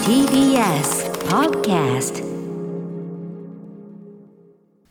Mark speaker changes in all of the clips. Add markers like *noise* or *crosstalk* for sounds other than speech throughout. Speaker 1: TBS Podcast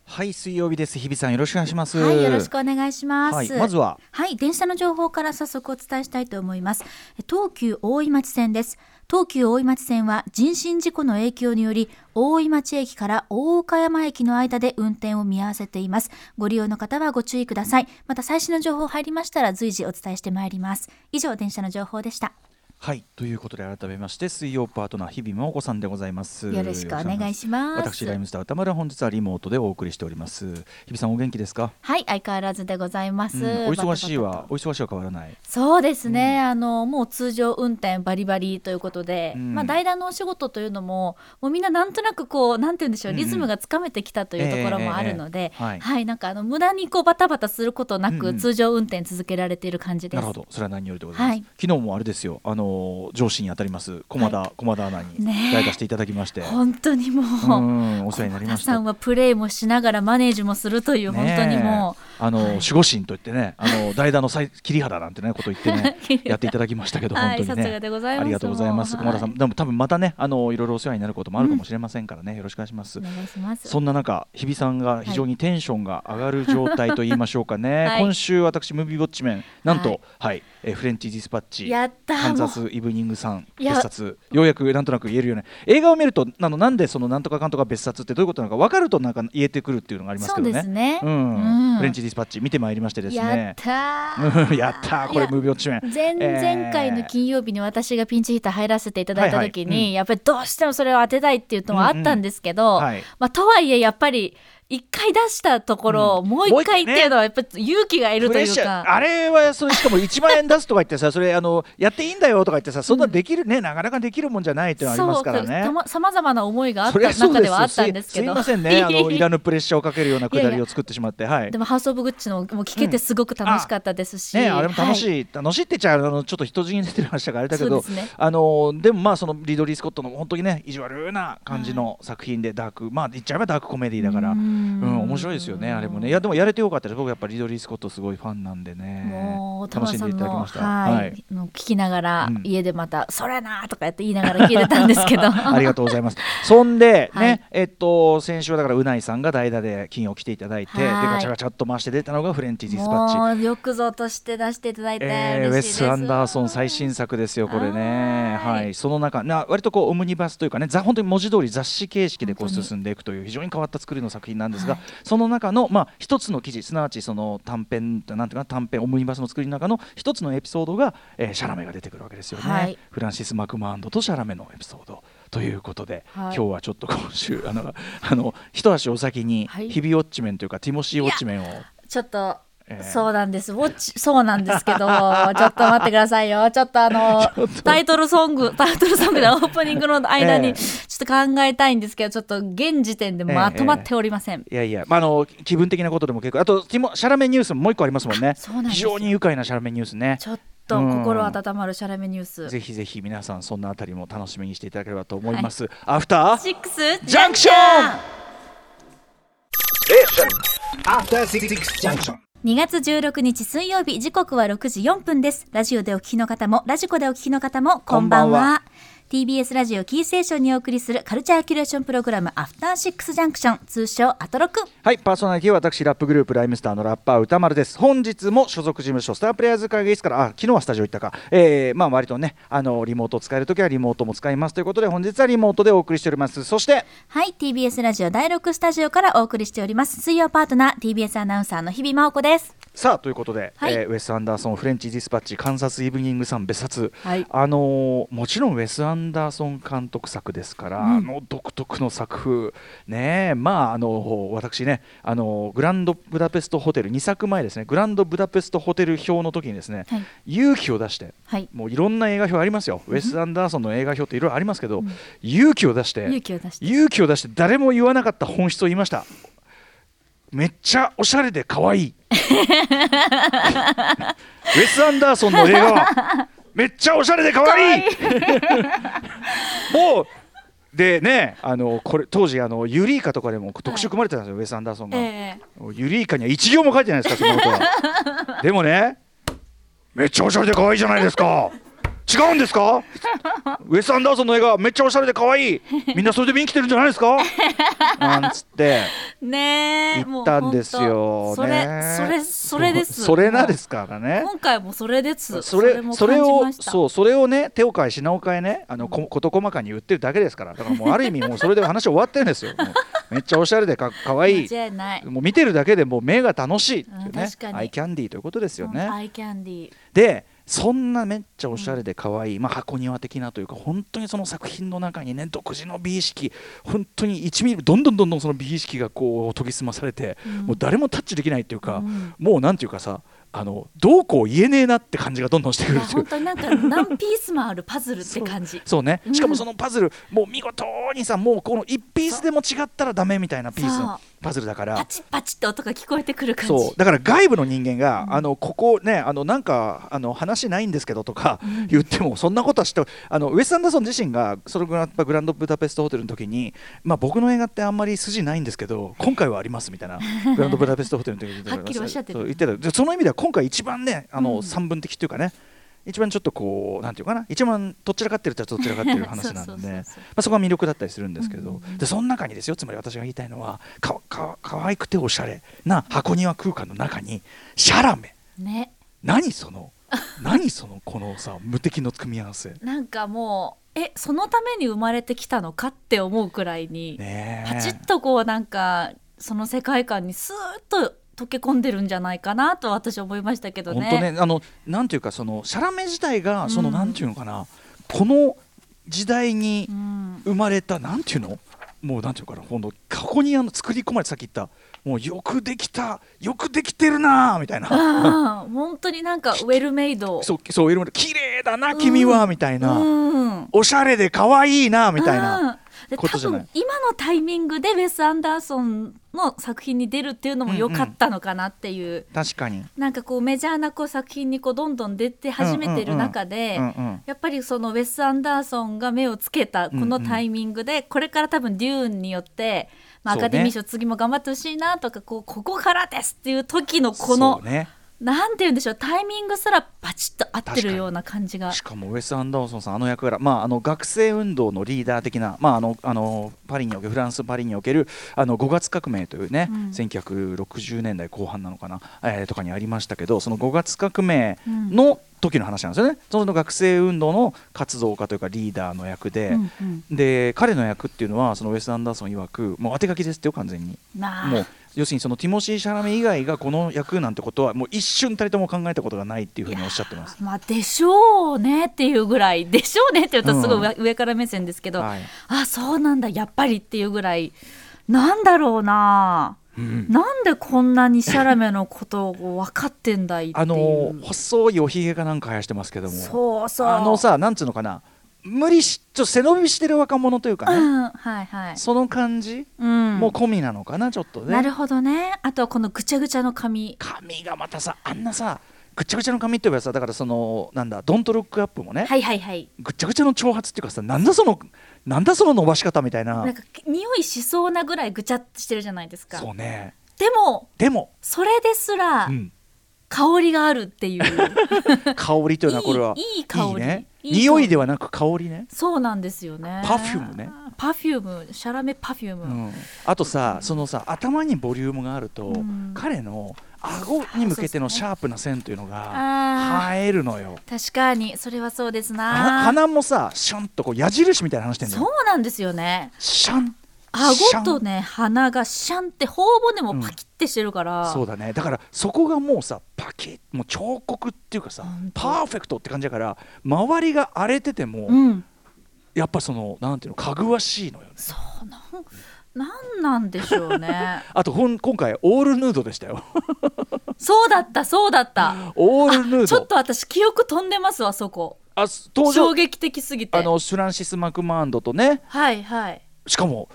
Speaker 2: はい、水曜日です。日比さん、よろしくお願いします。
Speaker 3: はい、よろしくお願いします。
Speaker 2: はいまずは。
Speaker 3: はい、電車の情報から早速お伝えしたいと思います。え東急大井町線です。東急大井町線は人身事故の影響により、大井町駅から大岡山駅の間で運転を見合わせています。ご利用の方はご注意ください。また最新の情報入りましたら随時お伝えしてまいります。以上、電車の情報でした。
Speaker 2: はい、ということで、改めまして、水曜パートナー日比真央子さんでございます。
Speaker 3: よろしくお願いします
Speaker 2: 私、ライムスター歌丸は本日はリモートでお送りしております。日比さん、お元気ですか。
Speaker 3: はい、相変わらずでございます。
Speaker 2: うんお忙しい
Speaker 3: バタバタ
Speaker 2: は
Speaker 3: と、
Speaker 2: お忙しいは変わらない。
Speaker 3: そうですね、あのもう通常運転バリバリということで、
Speaker 2: うん
Speaker 3: まあ、代打のお仕事というのももうみんななんとなくこうなんて言うんでしょう
Speaker 2: うんうん
Speaker 3: リズムがつかめてきたというところもあるので、
Speaker 2: ええええええはい
Speaker 3: はい、なんかあの無駄にこうバタバタすることな
Speaker 2: うん
Speaker 3: く、
Speaker 2: うん
Speaker 3: 通常運転続けられている感じで
Speaker 2: な
Speaker 3: す
Speaker 2: るほ。ど、それは何よりでございます。
Speaker 3: はい
Speaker 2: 昨日もあれですよ、あのー上司に当たります、駒田、駒田アナに、
Speaker 3: ねえ
Speaker 2: 代打していただきまして。
Speaker 3: 本当にも
Speaker 2: う
Speaker 3: う、
Speaker 2: ん、お世話になりま
Speaker 3: 皆
Speaker 2: し
Speaker 3: さ
Speaker 2: た
Speaker 3: ん。はプレーもしながらマネージもするという、本当にもう。
Speaker 2: ねえあの、
Speaker 3: はい
Speaker 2: 守護神といってねあ
Speaker 3: *laughs*
Speaker 2: の代打のさい桐原なんてねこと言ってね
Speaker 3: 桐原
Speaker 2: やっていただきましたけど、
Speaker 3: はい
Speaker 2: 本当にね
Speaker 3: さすがでございます
Speaker 2: ありがとうございます
Speaker 3: もう
Speaker 2: 駒田さん、
Speaker 3: は
Speaker 2: でも多分またねあのいろいろお世話になることもあるかもしれませんからね、よろしくお願いします
Speaker 3: お。願いします。
Speaker 2: そんな中、日比さんが非常にテンションが上がる状態と言いましょうか
Speaker 3: *laughs*
Speaker 2: ね、
Speaker 3: はい
Speaker 2: 今週、私、ムービーウォッチメン、なんと、は
Speaker 3: はい
Speaker 2: えーフレンチ・ディスパッチ、
Speaker 3: やったー
Speaker 2: カンザ
Speaker 3: も
Speaker 2: ス・イブニングさん、
Speaker 3: いや
Speaker 2: 別冊、ようやくなんとなく言えるよね、映画を見ると、あのなんでそのなんとかかんとか別冊ってどういうことなのか分かると、なんか言えてくるっていうのがありますけどね、
Speaker 3: そうですね
Speaker 2: うん
Speaker 3: うん
Speaker 2: フレンチ・ディスパッチ、見てまいりましてです
Speaker 3: やっ
Speaker 2: ね、
Speaker 3: たー
Speaker 2: うん *laughs* やったー、これ、
Speaker 3: いや
Speaker 2: ムービーウォッチ *laughs* メン。
Speaker 3: 前前回の金曜日に私がピンチヒッター入らせていただいた時に、
Speaker 2: はいはいうん
Speaker 3: やっぱりどうしてもそれを当てたいっていうのはあったんですけど、
Speaker 2: うんうんはい
Speaker 3: まあ、とはいえやっぱり一回出したところをもう一回っていうのはやっぱり勇気がいる
Speaker 2: プ
Speaker 3: と
Speaker 2: レッ
Speaker 3: いう
Speaker 2: シャー
Speaker 3: か。
Speaker 2: あれはそれしかも1万円出すとか言ってさそれあのやっていいんだよとか言ってさそんなできるね、なかなかできるもんじゃないっていうのありますからね。
Speaker 3: さまざまな思いがあっ
Speaker 2: そ
Speaker 3: た
Speaker 2: りゃそう
Speaker 3: 中
Speaker 2: す
Speaker 3: ではあったんですけど
Speaker 2: すいすいませんねあ
Speaker 3: *laughs*
Speaker 2: のいらぬプレッシャーをかけるようなくだ
Speaker 3: いや
Speaker 2: り
Speaker 3: い
Speaker 2: を
Speaker 3: や
Speaker 2: 作ってしまってはい
Speaker 3: でも「ハウス・オブ・グッチ」のも聞けてすごく楽しかったですし、
Speaker 2: ね、あれも楽しい、
Speaker 3: は
Speaker 2: 楽しいって言っちゃあのちょっと人質に出てましたからあれだけど
Speaker 3: そうですね
Speaker 2: あのでもまあそのリドリー・スコットの本当にね意地悪な感じの作品でダーク、まあ言っちゃえばダークコメディだからう
Speaker 3: うんん
Speaker 2: 面白いですよねあれもねいやでもやれてよかったです僕やっぱりリドリー・スコットすごいファンなんでね
Speaker 3: もうト
Speaker 2: 楽
Speaker 3: マ
Speaker 2: しん
Speaker 3: さ
Speaker 2: でい
Speaker 3: ん
Speaker 2: ただき
Speaker 3: も、
Speaker 2: ました
Speaker 3: はい
Speaker 2: はい
Speaker 3: あの聞きながら、
Speaker 2: うん
Speaker 3: 家でまた「それな!」とかやって言いながら聞いてたんですけ
Speaker 2: *laughs*
Speaker 3: ど
Speaker 2: ありがとうございます。そんで、
Speaker 3: はい
Speaker 2: ね、えっと、先週はだからうないさんが代打で金を来ていただいて、で、
Speaker 3: はい
Speaker 2: ガチャガチャっと回して出たのがフレンチディスパッチ。
Speaker 3: もうよくぞとして出していただいて、
Speaker 2: えーウ
Speaker 3: 嬉
Speaker 2: ェ
Speaker 3: しいです
Speaker 2: ス・アンダーソン最新作ですよ、これね。
Speaker 3: は
Speaker 2: は
Speaker 3: ーい
Speaker 2: い、その中、な割とこうオムニバスというかね、ざ本当に文字通り雑誌形式でこう
Speaker 3: 本当に
Speaker 2: 進んでいくという非常に変わった作りの作品なんですが、
Speaker 3: はい
Speaker 2: その中のまあ一つの記事、すなわちその短編なんていうかな短編オムニバスの作りの中の一つのエピソードが、えーシャラメが出てくるわけですよね。
Speaker 3: はい
Speaker 2: フランシス・マクマーンドとシャラメのエピソードということで、
Speaker 3: はい
Speaker 2: 今日はちょっと今週あのあの一足お先に
Speaker 3: はい
Speaker 2: 日々ウォッチメンというかティモシー・ウォッチメンを。
Speaker 3: ちょっと、
Speaker 2: えー
Speaker 3: そうなんですウォッチそうなんですけどちょっと待ってくださいよちょっとあの
Speaker 2: *laughs* ちょっと
Speaker 3: タイトルソング *laughs* タイトルソング
Speaker 2: *laughs*
Speaker 3: でオープニングの間
Speaker 2: ええ
Speaker 3: にちょっと考えたいんですけどちょっと現時点でまとまっておりません、
Speaker 2: いやいや、まあ、あの気分的なことでも結構あとティモシャラメニュースももう一個ありますもんね
Speaker 3: そうなんです
Speaker 2: 非常に愉快なシャラメニュースね
Speaker 3: ちょっと心温まるシャラメニュース
Speaker 2: ぜひぜひ皆さんそんなあたりも楽しみにしていただければと思います、アフター
Speaker 3: シックス
Speaker 2: ジャンクション
Speaker 4: After Six Junction.
Speaker 3: 2月16日水曜日時刻は6時4分ですラジオでお聞きの方もラジコでお聞きの方もこんばんは
Speaker 2: こんばんは
Speaker 3: TBS ラジオキーステーションにお送りするカルチャーキュレーションプログラムアフターシックスジャンクション通称アトロク
Speaker 2: はいパーソナリティは私ラップグループライムスターのラッパー歌丸です本日も所属事務所スタープレイヤーズ会議室からあ昨日はスタジオ行ったか、えー、まあ割とねあのリモートを使えるときはリモートも使いますということで本日はリモートでお送りしておりますそして
Speaker 3: はい TBS ラジオ第6スタジオからお送りしております水曜パートナー TBS アナウンサーの日々真央子です
Speaker 2: さあということで、
Speaker 3: はい
Speaker 2: えーウェス・アンダーソン、フレンチ・ディスパッチ、カンサス・イブニングさん別冊、
Speaker 3: はい
Speaker 2: あのーもちろんウェス・アンダーソン監督作ですから、あの独特の作風、ねえまあ、あの私ね、あのグランド・ブダペスト・ホテル、2作前ですね、グランド・ブダペスト・ホテル表の時にですね、
Speaker 3: はい
Speaker 2: 勇気を出して、
Speaker 3: はい
Speaker 2: もういろんな映画表ありますよ、ウェス・アンダーソンの映画表っていろいろありますけど、勇気を出して、
Speaker 3: 勇気を出して
Speaker 2: 勇気を出して誰も言わなかった本質を言いました。めっちゃおしゃれで可愛
Speaker 3: *laughs*
Speaker 2: いウェス・アンダーソンの映
Speaker 3: *laughs*
Speaker 2: 画はめっちゃおしゃれで可愛い *laughs* もうでねあのこれ当時あのユリイカとかでも特集組まれてたんですよ、ウェス・アンダーソンが、
Speaker 3: ええ
Speaker 2: ユリイカには一行も書いてないですかそのことはでもねめっちゃおしゃれで可愛いじゃないですか違うんですかウェス・アンダーソンの映画めっちゃおしゃれで可愛いみんなそれで見に来てるんじゃないですかなんつって
Speaker 3: ねえ
Speaker 2: 行ったんですよ
Speaker 3: もうほんとそ
Speaker 2: ね
Speaker 3: れそれそれです
Speaker 2: そ *laughs* れなですからね
Speaker 3: 今回もそれです
Speaker 2: それ
Speaker 3: も
Speaker 2: そ
Speaker 3: 感
Speaker 2: れ
Speaker 3: じ
Speaker 2: を
Speaker 3: ました
Speaker 2: そうそれをね手を変え品を変えねあのこ事細かに言ってるだけですからだからもうある意味もうそれで話終わってるんですよもうめっちゃおしゃれでか可愛い
Speaker 3: 間違いない
Speaker 2: もう見てるだけでもう目が楽しいっていう
Speaker 3: うん
Speaker 2: ね
Speaker 3: 確かに
Speaker 2: アイキャンディーということですよ
Speaker 3: うんア
Speaker 2: ね
Speaker 3: イキャンディー
Speaker 2: でそんなめっちゃおしゃれで可愛いまあ箱庭的なというか本当にその作品の中にね独自の美意識本当に1ミリどんどんどんどんその美意識がこう研ぎ澄まされてもう誰もタッチできないっていうか
Speaker 3: うん
Speaker 2: もうなんていうかさあのどうこう言えねえなって感じがどんどんして
Speaker 3: い
Speaker 2: くる
Speaker 3: や
Speaker 2: っていう
Speaker 3: 本当になんか何ピースもあるパズルって感じ
Speaker 2: そうね
Speaker 3: うん
Speaker 2: しかもそのパズル、もう見事にさもうこの1ピースでも違ったらダメみたいなピースのパズルだか
Speaker 3: パ
Speaker 2: ら。
Speaker 3: チッパチッと音が聞こえてくる感じ
Speaker 2: そうだから外部の人間が、あのここねあのなんかあの話ないんですけどとか言っても、そんなことはしてあのウェス・アンダーソン自身がそのグラングランドブダペストホテルの時に、まあ、僕の映画ってあんまり筋ないんですけど今回はありますみ
Speaker 3: *laughs*
Speaker 2: たいなグランドブダペストホテルの時に言ってた
Speaker 3: はっきりおっしゃってた
Speaker 2: そう言ってたでその意味では今回一番ねあの、三分的っていうかね一番ちょっとこうなんていうかな一番どちらかってるっちゃどちらかってる話な
Speaker 3: *laughs*
Speaker 2: んで
Speaker 3: そうそうそうそう
Speaker 2: まあそこが魅力だったりするんですけど、でその中にですよつまり私が言いたいのはかか可愛くておしゃれな箱庭空間の中にシャラメ
Speaker 3: ね
Speaker 2: 何そ
Speaker 3: *laughs*
Speaker 2: の何そのこのさ無敵の組み合わせ
Speaker 3: なんかもうえそのために生まれてきたのかって思うくらいに、
Speaker 2: ねえ
Speaker 3: パチッとこうなんかその世界観にスーッと溶け込んでるんじゃないかなと私は思いましたけどね。
Speaker 2: 本当ねあのなんていうかそのシャラメ自体がその、
Speaker 3: うん
Speaker 2: なんていうのかなこの時代に
Speaker 3: うん
Speaker 2: 生まれたなんていうのもうなんていうのかなほんとここにあの作り込まれてさっき言ったもうよくできたよくできてるなあみ
Speaker 3: *laughs*
Speaker 2: たいな
Speaker 3: ああ本当になんかウェルメイド
Speaker 2: そうそういろいろ綺麗だな君は、みたいな、
Speaker 3: うん
Speaker 2: おしゃれで可愛いなみたいな、
Speaker 3: うんで
Speaker 2: ことじゃ
Speaker 3: 多
Speaker 2: ない
Speaker 3: 分今のタイミングでウェス・アンダーソンの作品に出るっていうのも良かったのかなっていう、
Speaker 2: 確かに、
Speaker 3: なんかこうメジャーなこう作品にこうどんどん出て始めてる中で、
Speaker 2: うんうん、
Speaker 3: やっぱりそのウェス・アンダーソンが目をつけたこのタイミングで、これから多分デューンによって、まあ、ア
Speaker 2: そ
Speaker 3: カ
Speaker 2: うね
Speaker 3: デミー賞次も頑張ってほしいなとかこうここからですっていう時のこ
Speaker 2: そ
Speaker 3: の、
Speaker 2: うね
Speaker 3: なんて言うんでしょうタイミングすらパチッと合ってるような感じが
Speaker 2: しかもウェス・アンダーソンさん、あの役柄、まあ、あの学生運動のリーダー的な、まあ、あのあのパリにおけるフランス・パリにおけるあの5月革命というね、
Speaker 3: うん
Speaker 2: 1960年代後半なのかな、えーとかにありましたけど、その5月革命の時の話なんですよね、その学生運動の活動家というか、リーダーの役で。
Speaker 3: うんうん
Speaker 2: で彼の役っていうのはそのウェス・アンダーソン曰くもう当て書きですってよ完全に
Speaker 3: まあ
Speaker 2: もう要するにそのティモシー・シャラメ以外がこの役なんてことはもう一瞬たりとも考えたことがないっていうふうにおっしゃってます。
Speaker 3: まあ、でしょうねっていうぐらいでしょうねって言うとすごい上,、上から目線ですけど、
Speaker 2: はい
Speaker 3: あそうなんだやっぱりっていうぐらいなんだろうな、なんでこんなにシャラメのことを分かってんだいっていう
Speaker 2: あの細いおひげかなんか生やしてますけども
Speaker 3: そうそう
Speaker 2: あのさなんつうのかな無理しちょっと背伸びしてる若者というか
Speaker 3: う
Speaker 2: ね、
Speaker 3: んはいはい、
Speaker 2: その感じ、
Speaker 3: うん、
Speaker 2: もう込みなのかなちょっとね
Speaker 3: なるほどねあとはこのぐちゃぐちゃの髪
Speaker 2: 髪がまたさあんなさぐっちゃぐちゃの髪って言えばさだからそのなんだ「ドントロックアップもね、
Speaker 3: はいはいはい
Speaker 2: ぐっちゃぐちゃの長髪っていうかさなんだそのなんだその伸ばし方みたいな
Speaker 3: なんか匂いしそうなぐらいぐちゃってしてるじゃないですか
Speaker 2: そうね
Speaker 3: でも
Speaker 2: でも、
Speaker 3: それですら
Speaker 2: うん
Speaker 3: 香りがあるっていう、
Speaker 2: 香りというのはこれはい
Speaker 3: いいい香り
Speaker 2: ね
Speaker 3: いい香り
Speaker 2: 匂いではなく香りね
Speaker 3: そうなんですよね。
Speaker 2: パフュームね。
Speaker 3: パフューム、シャラメパフューム。
Speaker 2: うんあとさそのさ頭にボリュームがあると、
Speaker 3: ん
Speaker 2: 彼の顎に向けてのシャープな線というの
Speaker 3: あ
Speaker 2: が映えるのよ。
Speaker 3: 確かに、それはそうです
Speaker 2: は
Speaker 3: な。
Speaker 2: 鼻もさシャンとこう矢印みたいな話してんだ
Speaker 3: そう
Speaker 2: よ。
Speaker 3: なんですよね。
Speaker 2: シャン
Speaker 3: 顎と
Speaker 2: シャン
Speaker 3: ね、鼻がシャンって頬骨もパキってしてるから。
Speaker 2: そうだねだからそこがもうさパキッもう彫刻っていうかさ
Speaker 3: 本当
Speaker 2: パーフェクトって感じだから周りが荒れてても、
Speaker 3: うん。
Speaker 2: やっぱそのなんていうのかぐわしいのよね。
Speaker 3: そうなん、なんなんでしょう
Speaker 2: *laughs*
Speaker 3: ね。
Speaker 2: あとほん今回オールヌードでしたよ
Speaker 3: そうだった、そうだった。
Speaker 2: オールヌード
Speaker 3: ちょっと私記憶飛んでますわ、そこ。
Speaker 2: あ登
Speaker 3: 衝
Speaker 2: 場
Speaker 3: 撃的すぎて。
Speaker 2: あのフランシス・マクマーンドとね
Speaker 3: はいはい。
Speaker 2: しかも、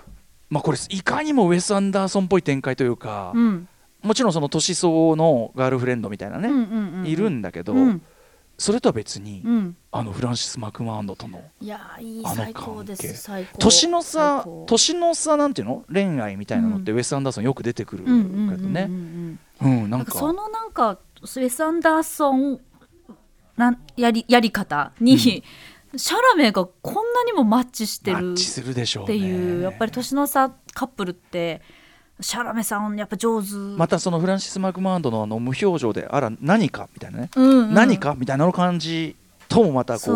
Speaker 2: まあ、これいかにもウェス・アンダーソンっぽい展開というか、
Speaker 3: うん。
Speaker 2: もちろんその年相応のガールフレンドみたいなね、
Speaker 3: うんうんうん。
Speaker 2: いるんだけど、
Speaker 3: うん
Speaker 2: それとは別に、
Speaker 3: うん。
Speaker 2: あのフランシス・マクマーンドとの
Speaker 3: いやー、いい
Speaker 2: あの
Speaker 3: 最高で
Speaker 2: 関
Speaker 3: す。
Speaker 2: 係
Speaker 3: 最高。
Speaker 2: 年の差
Speaker 3: 最高
Speaker 2: 年の差なんていうの恋愛みたいなのってウェス・アンダーソンよく出てくるけど
Speaker 3: うんうんうんうんうん
Speaker 2: ねうんな
Speaker 3: な
Speaker 2: ん
Speaker 3: んかそ
Speaker 2: か
Speaker 3: のなんかウェス・アンダーソンなんやりやり方に、シャラメがこんなにもマッチして
Speaker 2: マ
Speaker 3: る
Speaker 2: ッチ
Speaker 3: っ
Speaker 2: するでしょうね
Speaker 3: ていうやっぱり年の差カップルってシャラメさんやっぱ上手、
Speaker 2: またそのフランシス・マクマーンドのあの無表情であら何かみたいなね、
Speaker 3: うんうん
Speaker 2: 何かみたいなの感じともまたこ
Speaker 3: そ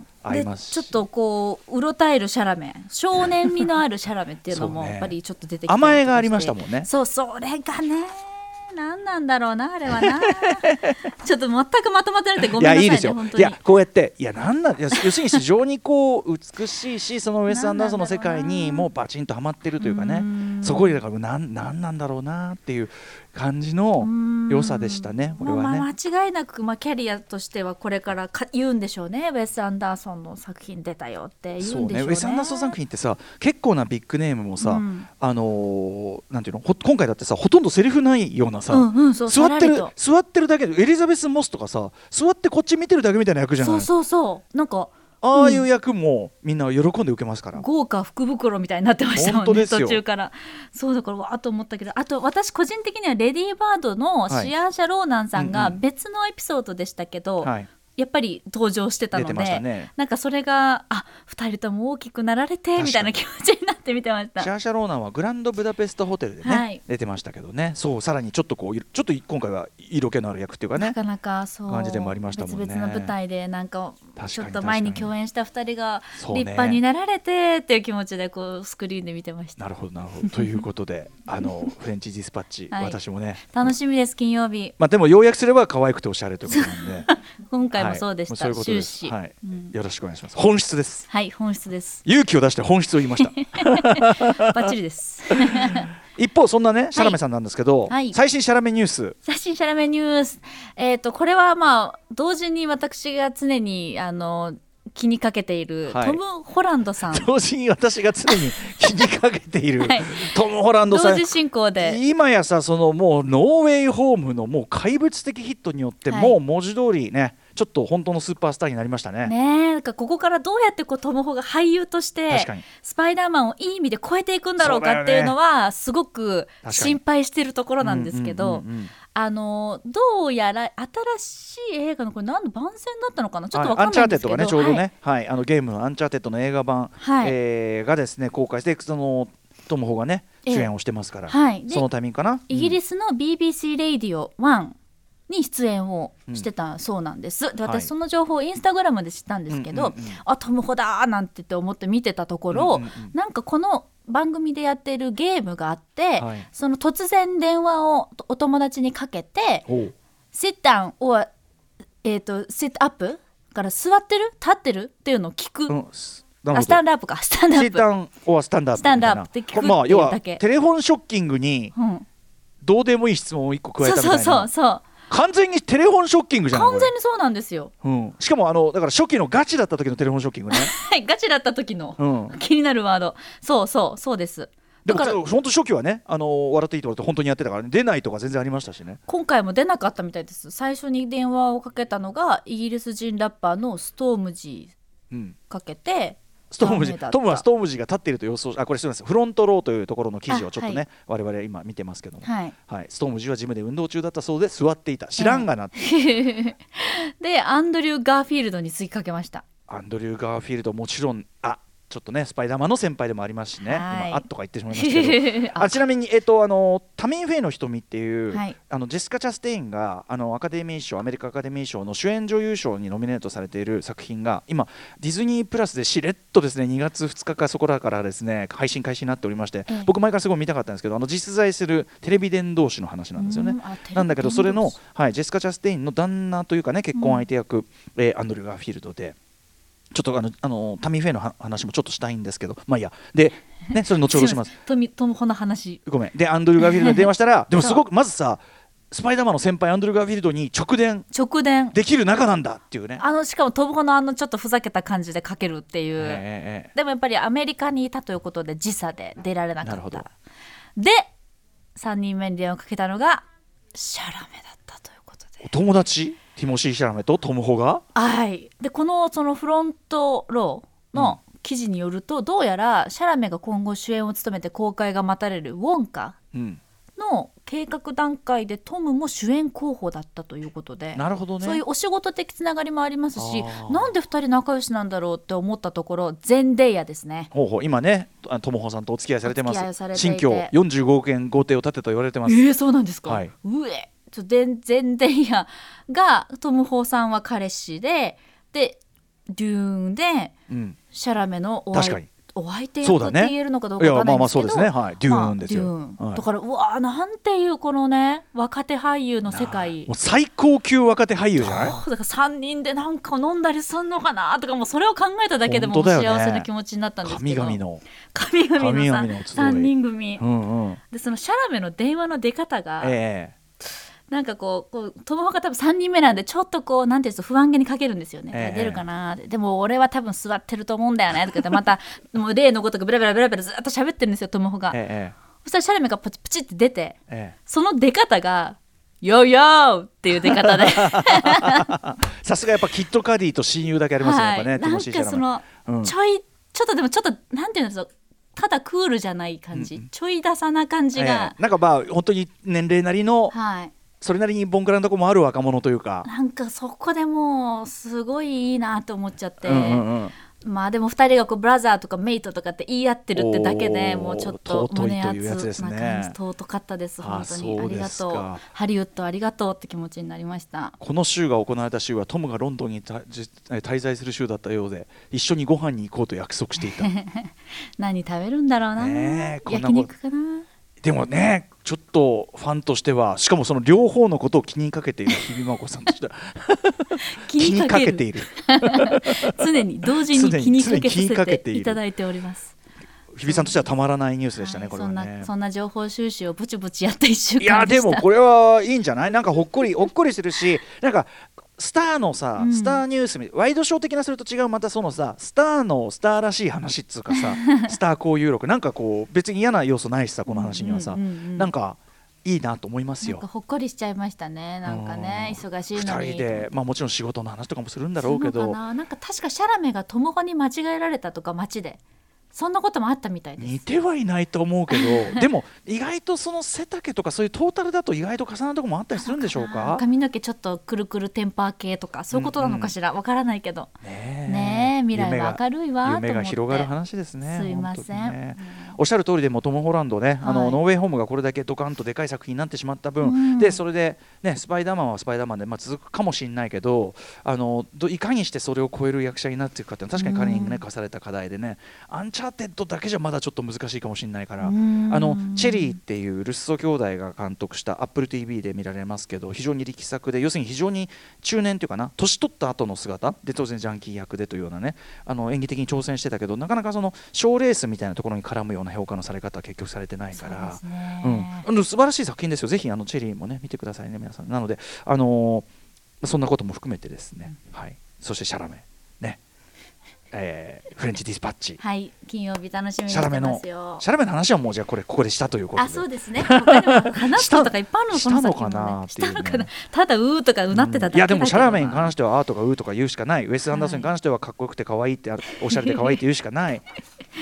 Speaker 3: う
Speaker 2: 合い
Speaker 3: で
Speaker 2: ますし
Speaker 3: ちょっとこううろたえるシャラメ少年味のあるシャラメっていうの
Speaker 2: *laughs* そう
Speaker 3: も
Speaker 2: ね
Speaker 3: やっぱりちょっと出てきて
Speaker 2: う甘えがありましたもんね
Speaker 3: そうそれがね何なんだろうなあれは
Speaker 2: *laughs*
Speaker 3: なちょっと全くまとまってなくてごめんなさい
Speaker 2: や
Speaker 3: ね
Speaker 2: いいですよ
Speaker 3: 本当
Speaker 2: い
Speaker 3: に
Speaker 2: やこうやっていやなんなんいや要するに非常にこう美しいしそのウェス・アンダーソンの世界にもうバチンとはまってるというかねそこにだからなんなんなんだろうなっていう感じの良さでしたね俺
Speaker 3: もう
Speaker 2: は
Speaker 3: ま
Speaker 2: ね
Speaker 3: あ間違いなく、まあ、キャリアとしてはこれからか言うんでしょうねウェス・アンダーソンの作品出たよって言
Speaker 2: そううん
Speaker 3: でし
Speaker 2: ね
Speaker 3: ょうね。
Speaker 2: ウェス・アンダーソン作品ってさ結構なビッグネームもさ、
Speaker 3: うん
Speaker 2: あのーなんていうのほ今回だってさほとんどセリフないようなさ、
Speaker 3: うんうんそう
Speaker 2: 座ってる
Speaker 3: さらりと
Speaker 2: 座ってるだけでエリザベス・モスとかさ座ってこっち見てるだけみたいな役じゃない
Speaker 3: そうそうそうなんか
Speaker 2: ああいう役もみんな喜んで受けますから、
Speaker 3: 豪華福袋みたいになってましたもんね
Speaker 2: 本当ですよ
Speaker 3: 途中からそうだからわーっと思ったけどあと私個人的にはレディー・バードのシアーシャ・ローナンさん
Speaker 2: はい
Speaker 3: が
Speaker 2: うんうん
Speaker 3: 別のエピソードでしたけど、
Speaker 2: はい、
Speaker 3: やっぱり登場してたの
Speaker 2: 出
Speaker 3: で
Speaker 2: てましたね
Speaker 3: なんかそれがあ二人とも大きくなられてみたいな気持ちになって見てました
Speaker 2: シャーシャローナンはグランドブダペストホテルでね、
Speaker 3: はい
Speaker 2: 出てましたけどねそうさらにちょっとこういちょっと今回は色気のある役っていうかね
Speaker 3: なかなかそう
Speaker 2: 感じでもありましたもんね
Speaker 3: 別々の舞台でなんか
Speaker 2: かに
Speaker 3: ちょっと前に共演した2人が
Speaker 2: そう
Speaker 3: 立
Speaker 2: ね
Speaker 3: 派になられてっていう気持ちでこうスクリーンで見てました、
Speaker 2: なるほどなるほどということで
Speaker 3: *laughs*
Speaker 2: あのフレンチディスパッチ、
Speaker 3: はい
Speaker 2: 私もね
Speaker 3: 楽しみです金曜日
Speaker 2: まあでも要約すれば可愛くておしゃれということなんで
Speaker 3: *laughs* 今回もそうでし
Speaker 2: はい
Speaker 3: た、
Speaker 2: もうそういう
Speaker 3: 終
Speaker 2: ことです
Speaker 3: 始
Speaker 2: はい
Speaker 3: うん
Speaker 2: よろしくお願いします本質です
Speaker 3: はい、本質です
Speaker 2: 勇気を出して本質を言いました
Speaker 3: *laughs* バッチリです
Speaker 2: *laughs* 一方そんなねシャラメさんなんですけど、
Speaker 3: はい
Speaker 2: 最新シャラメニュース
Speaker 3: 最新シャラメニュースえっ、とこれはまあ同時に私が常にあの気にかけている、
Speaker 2: はい
Speaker 3: トム・ホランドさん
Speaker 2: 同時に私が常に気にかけている、
Speaker 3: はい
Speaker 2: トム・ホランド
Speaker 3: 同
Speaker 2: さん
Speaker 3: 時進行で
Speaker 2: 今やさそのもうノーウェイホームのもう怪物的ヒットによって、
Speaker 3: はい
Speaker 2: もう文字通りねちょっと本当のスーパースターになりましたね
Speaker 3: ねえなんかここからどうやってこうトム・ホが俳優として
Speaker 2: 確かに
Speaker 3: スパイダーマンをいい意味で超えていくんだろう
Speaker 2: そうだ
Speaker 3: か
Speaker 2: よ
Speaker 3: っ
Speaker 2: ね
Speaker 3: ていうのはすごく
Speaker 2: かに
Speaker 3: 心配してるところなんですけど
Speaker 2: うんうんうんうん
Speaker 3: あのどうやら新しい映画のこれ何の番宣だったのかなちょっとわ
Speaker 2: はい
Speaker 3: か
Speaker 2: ア
Speaker 3: ん
Speaker 2: ンチャ
Speaker 3: ない
Speaker 2: ー
Speaker 3: んで
Speaker 2: テッ
Speaker 3: すけど
Speaker 2: ドがねちょうどね、はいあのゲームのアンチャーテッドの映画版、
Speaker 3: はい
Speaker 2: えーがですね公開してそのトム・ホがね主
Speaker 3: ええ
Speaker 2: 演をしてますから、
Speaker 3: はいで
Speaker 2: そのタイミングかな
Speaker 3: イギリスの BBC レイディオ1に出演をしてたそうなんです、で
Speaker 2: はい
Speaker 3: 私その情報をインスタグラムで知ったんですけど、
Speaker 2: うんうんうん
Speaker 3: あトム・ホだーなんてって思って見てたところ、
Speaker 2: うんうんうん
Speaker 3: なんかこの番組でやってるゲームがあって、
Speaker 2: はい
Speaker 3: その突然電話をお友達にかけて
Speaker 2: うんほう
Speaker 3: 「sit down」or えっ、と「sit up」から座ってる立ってるっていうのを聞く、
Speaker 2: うんすなる
Speaker 3: あ
Speaker 2: ほ
Speaker 3: ス
Speaker 2: ど
Speaker 3: タンドアップかスタンドア
Speaker 2: シ
Speaker 3: ッ
Speaker 2: ータ
Speaker 3: プ、
Speaker 2: ンオアスタンダー
Speaker 3: スタンダップって聞くっていうだけ
Speaker 2: まあ要はテレフォンショッキングに
Speaker 3: うん、
Speaker 2: どうでもいい質問を一個加え
Speaker 3: そ
Speaker 2: た
Speaker 3: う
Speaker 2: みたい
Speaker 3: そ
Speaker 2: な
Speaker 3: うそうそう
Speaker 2: 完全にテレフォンショッキングじゃない
Speaker 3: 完全にそうなんですよ
Speaker 2: これうん、しかもあのだから初期のガチだった時のテレフォンショッキングね、
Speaker 3: *laughs* はい、ガチだった時の、
Speaker 2: う
Speaker 3: *laughs*
Speaker 2: ん、
Speaker 3: 気になるワード。そうそう、そうです。
Speaker 2: で
Speaker 3: だ
Speaker 2: も
Speaker 3: から
Speaker 2: 本当初期はね「あの笑っていいところ」って本当にやってたから、ね、出ないとか全然ありましたしね
Speaker 3: 今回も出なかったみたいです。最初に電話をかけたのがイギリス人ラッパーのストームジ
Speaker 2: うん
Speaker 3: ーかけて、
Speaker 2: ストーム
Speaker 3: ダメ
Speaker 2: ジ
Speaker 3: だった
Speaker 2: トムはストームジが立っていると予想しあこれすみませんフロントローというところの記事をちょっとね、我々今見てますけども、
Speaker 3: はい。
Speaker 2: ストームジはジムで運動中だったそうで座っていた知らんがなって、
Speaker 3: *laughs* で、アンドリュー・ガーフィールドに追かけました。
Speaker 2: アンドリュー・ガーフィールドもちろんあちょっとねスパイダーマンの先輩でもありますしね
Speaker 3: はい
Speaker 2: 今あっとか言ってしまいましたけど
Speaker 3: *laughs*
Speaker 2: あちなみに、えっと、あのタミン・フェイの瞳っていう、
Speaker 3: はい
Speaker 2: あのジェスカ・チャステインがあのアカデミー賞アメリカアカデミー賞の主演女優賞にノミネートされている作品が今ディズニープラスでしれっとですね2月2日かそこらからですね配信開始になっておりまして、
Speaker 3: ええ
Speaker 2: 僕前からすごい見たかったんですけどあの実在するテレビ伝道師の話なんですよね
Speaker 3: うんあテレビ伝道師
Speaker 2: なんだけどそれの、はい、ジェスカ・チャステインの旦那というかね結婚相手役、えーアンドリュー・ガーフィールドで。ちょっとあのあのタミー・フェイのは話もちょっとしたいんですけど、まあいいや、で、ね、それ後ほどします。。
Speaker 3: トミトムホの話。
Speaker 2: ごめん、で、アンドリュー・ガーフィールドに電話したら、でも
Speaker 3: *laughs* そう
Speaker 2: すごく、まずさ、スパイダーマンの先輩、アンドリュー・ガーフィールドに直伝
Speaker 3: 直伝。
Speaker 2: できる仲なんだっていうね。
Speaker 3: あの、しかもトムホのあのちょっとふざけた感じでかけるっていう。
Speaker 2: えええ
Speaker 3: でもやっぱりアメリカにいたということで時差で出られなか
Speaker 2: なるほ
Speaker 3: っ
Speaker 2: ど
Speaker 3: た。で3人目に電話をかけたのがシャラメだったということ
Speaker 2: えお
Speaker 3: で。
Speaker 2: 友達、ティモシー・シャラメとトム・ホが、
Speaker 3: はい、でこのそのフロントローの記事によると、どうやらシャラメが今後主演を務めて公開が待たれる「ウォンカ
Speaker 2: うん」
Speaker 3: の計画段階でトムも主演候補だったということで。
Speaker 2: なるほどね
Speaker 3: そういうお仕事的つながりもありますし
Speaker 2: あー
Speaker 3: なんで2人仲良しなんだろうって思ったところ全デイヤですね
Speaker 2: ほうほう今ねあトモホさんとお付き合いされてま
Speaker 3: お付き合いを
Speaker 2: す
Speaker 3: されていて
Speaker 2: 新居45億円豪邸を建てたと言われてます、
Speaker 3: ええそうなんですか、
Speaker 2: はいう
Speaker 3: えちょで全然いやがトム・ホーさんは彼氏ででデューンで
Speaker 2: うん、
Speaker 3: シャラメのお相
Speaker 2: 確かに
Speaker 3: お相手
Speaker 2: そう
Speaker 3: 役
Speaker 2: だ
Speaker 3: って
Speaker 2: ね
Speaker 3: 言えるのかどうかわかんないんですけど
Speaker 2: いやまあまあそうですねはいデューンですよ
Speaker 3: まあデューン
Speaker 2: はい
Speaker 3: だからうわーなんていうこのね若手俳優の世界
Speaker 2: もう最高級若手俳優じゃない
Speaker 3: だから3人でなんか飲んだりすんのかなとかもうそれを考えただけでも
Speaker 2: 本当だよね
Speaker 3: 幸せな気持ちになったんですけ
Speaker 2: 神
Speaker 3: ど
Speaker 2: 々の、
Speaker 3: 神々のさ
Speaker 2: 神々の集い
Speaker 3: 3人組
Speaker 2: うんうん、
Speaker 3: でそのシャラメの電話の出方が、
Speaker 2: え
Speaker 3: なんかこうこう友穂が多分3人目なんでちょっとこうなんていうんですか不安げにかけるんですよね、
Speaker 2: ええ
Speaker 3: 出るかなってでも俺は多分座ってると思うんだよねとか言ってまた *laughs* もう例のごとくブラブラブラブラずっと喋ってるんですよ友穂が、
Speaker 2: ええ
Speaker 3: そしたらシャラメがプチプチって出て
Speaker 2: ええ
Speaker 3: その出方が「ヨーヨー!」っていう出方
Speaker 2: *laughs*
Speaker 3: で
Speaker 2: えさすがやっぱキットカディと親友だけありますよね、やっぱねティ
Speaker 3: な
Speaker 2: モ
Speaker 3: ん
Speaker 2: シーシ
Speaker 3: か
Speaker 2: ャラ
Speaker 3: そ
Speaker 2: メ
Speaker 3: の、
Speaker 2: うん
Speaker 3: ちょいちょっとでもちょっとなんていうんですかただクールじゃない感じ、ちょい出さな感じが
Speaker 2: え、えなんかまあ本当に年齢なりの
Speaker 3: はい
Speaker 2: それなりにボンクラのとこもある若者というか、
Speaker 3: なんかそこでもうすごいいいなと思っちゃって、
Speaker 2: うんうんうん
Speaker 3: まあでも2人がこうブラザーとかメイトとかって言い合ってるってだけで
Speaker 2: おー
Speaker 3: もうちょっと
Speaker 2: 尊い
Speaker 3: 胸
Speaker 2: と
Speaker 3: 熱
Speaker 2: いうやつですね
Speaker 3: な感じ尊かったです
Speaker 2: あ
Speaker 3: 本当に
Speaker 2: そ
Speaker 3: あ
Speaker 2: う
Speaker 3: り
Speaker 2: で
Speaker 3: が
Speaker 2: すか
Speaker 3: とうハリウッドありがとうって気持ちになりました
Speaker 2: この週が行われた週はトムがロンドンにたじ滞在する週だったようで一緒にご飯に行こうと約束して
Speaker 3: *laughs*
Speaker 2: いた
Speaker 3: 何食べるんだろうな、
Speaker 2: ねえこんなこ
Speaker 3: 焼肉かな
Speaker 2: でもねちょっとファンとしてはしかもその両方のことを気にかけている日比真子さん
Speaker 3: *laughs*
Speaker 2: としては気にかけている
Speaker 3: 常に同時に気にかけ
Speaker 2: 常に常に気にか
Speaker 3: さ
Speaker 2: け
Speaker 3: せ
Speaker 2: て
Speaker 3: て
Speaker 2: いる
Speaker 3: いただいております
Speaker 2: 日比さんとしてはたまらないニュースでした
Speaker 3: は
Speaker 2: ね、
Speaker 3: い
Speaker 2: これ
Speaker 3: そ
Speaker 2: は
Speaker 3: ん
Speaker 2: ね
Speaker 3: なそんな情報収集をぼちぼちやった一週
Speaker 2: *laughs* いや
Speaker 3: 間で
Speaker 2: で
Speaker 3: した
Speaker 2: もこれはいいんじゃないなんかほっこりほっこりするしなんかスターのさ、
Speaker 3: うん
Speaker 2: スターニュースみワイドショー的なすると違うまたそのさスターのスターらしい話っつうか
Speaker 3: *laughs*
Speaker 2: さスター交友録なんかこう別に嫌な要素ないしさこの話にはさ、
Speaker 3: うんうんうん
Speaker 2: なんかいいなと思います
Speaker 3: なんか
Speaker 2: よ。
Speaker 3: ほっこりしちゃいましたねなんかね
Speaker 2: うん
Speaker 3: 忙しい
Speaker 2: 二
Speaker 3: のに
Speaker 2: 人で、まあ、もちろん仕事の話とかもするんだろうけ
Speaker 3: そう
Speaker 2: ど
Speaker 3: かななんか確かシャラメがトムホに間違えられたとか街でそんなこともあったみたいです
Speaker 2: 似てはいないと思うけどでも意外とその背丈とかそういうトータルだと意外と重なるとこもあったりするんでしょう
Speaker 3: あー
Speaker 2: か。
Speaker 3: 髪の毛ちょっとくるくるテンパー系とかそういうことなのかしらわ、からないけど
Speaker 2: ねえ
Speaker 3: ねえ未来は明るいわと思って
Speaker 2: 夢が夢が広がる話ですね
Speaker 3: すいません
Speaker 2: 本当にねおっしゃる通りでもうトム・ホランドね、あ
Speaker 3: は
Speaker 2: の
Speaker 3: い
Speaker 2: ノーウェイホームがこれだけドカンとでかい作品になってしまった
Speaker 3: う
Speaker 2: 分、
Speaker 3: ん
Speaker 2: でそれで、ね、スパイダーマンはスパイダーマンで、まあ、続くかもしれないけどあのどいかにしてそれを超える役者になっていくかっていうのは確かに彼に、ね課された課題でねアンチャーテッドだけじゃまだちょっと難しいかもしれないから、
Speaker 3: うん
Speaker 2: あのチェリーっていうルッソ兄弟が監督した AppleTV で見られますけど非常に力作で要するに非常に中年というかな年取った後の姿で当然ジャンキー役でというようなねあの演技的に挑戦してたけどなかなかその賞レースみたいなところに絡むような評価のされ方は結局されてないか
Speaker 3: そう
Speaker 2: ら
Speaker 3: ですね
Speaker 2: うん、あの素晴らしい作品ですよぜひあのチェリーもね見てくださいね皆さんなのであのーそんなことも含めてですね、はいそしてシャラメね、えーフレンチディスパッチ
Speaker 3: はい金曜日楽しみに
Speaker 2: シャ
Speaker 3: して
Speaker 2: ラメ
Speaker 3: ま
Speaker 2: の
Speaker 3: す
Speaker 2: シ
Speaker 3: よ
Speaker 2: ャラメの話はもうじゃあこれここでしたということ
Speaker 3: あ
Speaker 2: で
Speaker 3: そうですね他にも話すこととかいっぱいあるの
Speaker 2: した
Speaker 3: その先も
Speaker 2: したのかな
Speaker 3: ね
Speaker 2: っていうね
Speaker 3: したのかなただうーとかうなってただけだけどな、
Speaker 2: いやでもシャラメに関してはあーとかうーとか言うしかないウェス・アンダーソンに関してはかっこよくて可愛
Speaker 3: *laughs*
Speaker 2: いってあるおしゃれで可愛いって言うしかない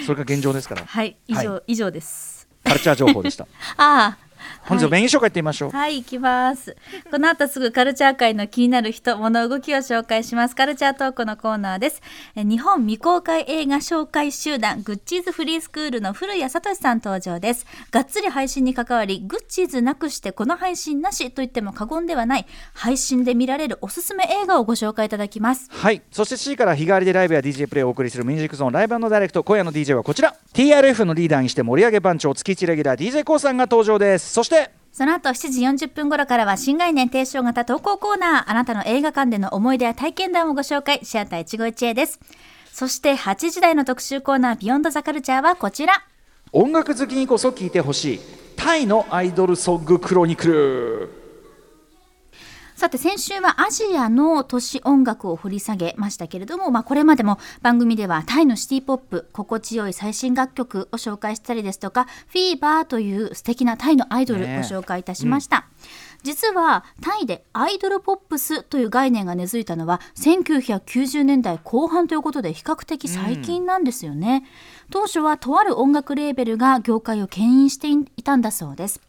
Speaker 2: それが現状ですから
Speaker 3: はい以上、
Speaker 2: は
Speaker 3: 以上です
Speaker 2: カルチャー情報でした
Speaker 3: ああ
Speaker 2: 本日のメイン紹介いってみましょう、
Speaker 3: はい、行きます。この後すぐカルチャー界の気になる人、物動きを紹介します。カルチャートークのコーナーです。え日本未公開映画紹介集団、グッチーズフリースクールの古谷聡さん登場です。がっつり配信に関わり、グッチーズなくしてこの配信なしと言っても過言ではない、配信で見られるおすすめ映画をご紹介いただきます。
Speaker 2: はいそして C から日替わりでライブや DJ プレイをお送りするミュージックゾーンライブダイレクト今夜の DJ はこちら TRF のリーダーにして盛り上げ番長月一レギュラー d j k o さんが登場ですそして
Speaker 3: その後7時40分頃からは新概念提唱型投稿コーナーあなたの映画館での思い出や体験談をご紹介シアター一期一会ですそして8時台の特集コーナービヨンドザカルチャーはこちら
Speaker 2: 音楽好きにこそ聴いてほしいタイのアイドルソングクロニクル
Speaker 3: さて先週はアジアの都市音楽を掘り下げましたけれども、まあ、これまでも番組ではタイのシティポップ心地よい最新楽曲を紹介したりですとかフィーバーという素敵なタイのアイドルをご
Speaker 2: ねえ
Speaker 3: 紹介いたしました、実はタイでアイドルポップスという概念が根付いたのは1990年代後半ということで比較的最近なんですよね、当初はとある音楽レーベルが業界を牽引していたんだそうです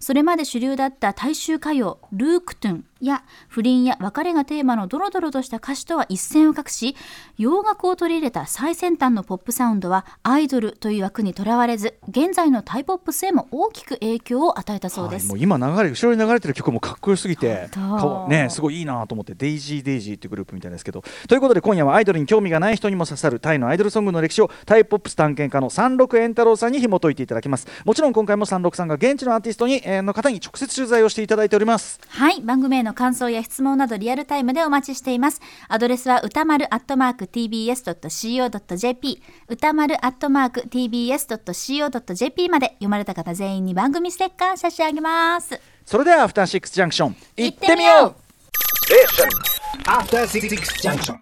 Speaker 3: それまで主流だった大衆歌謡「ルークトゥン」や不倫や別れがテーマのドロドロとした歌詞とは一線を画し洋楽を取り入れた最先端のポップサウンドはアイドルという枠にとらわれず現在のタイポップスへも大きく影響を与えたそうです。
Speaker 2: もう今流れ後ろに流れてる曲もかっこよすぎて
Speaker 3: 本当
Speaker 2: かわねすごいいいなと思ってデイジーデイジーっていうグループみたいですけどということで今夜はアイドルに興味がない人にも刺さるタイのアイドルソングの歴史をタイポップス探検家の三六円太郎さんに紐解いていただきますもちろん今回も三六さんが現地のアーティストに、えーの方に直接取材をしていただいております
Speaker 3: はい番組への感想や質問などリアルタイムでお待ちしていますアドレスは歌丸アットマーク tbs.co.jp 歌丸アットマーク tbs.co.jp まで読まれた方全員に番組ステッカー差し上げます
Speaker 2: それではアフターシックスジャンクション
Speaker 3: 行ってみよう
Speaker 5: After Six Junction.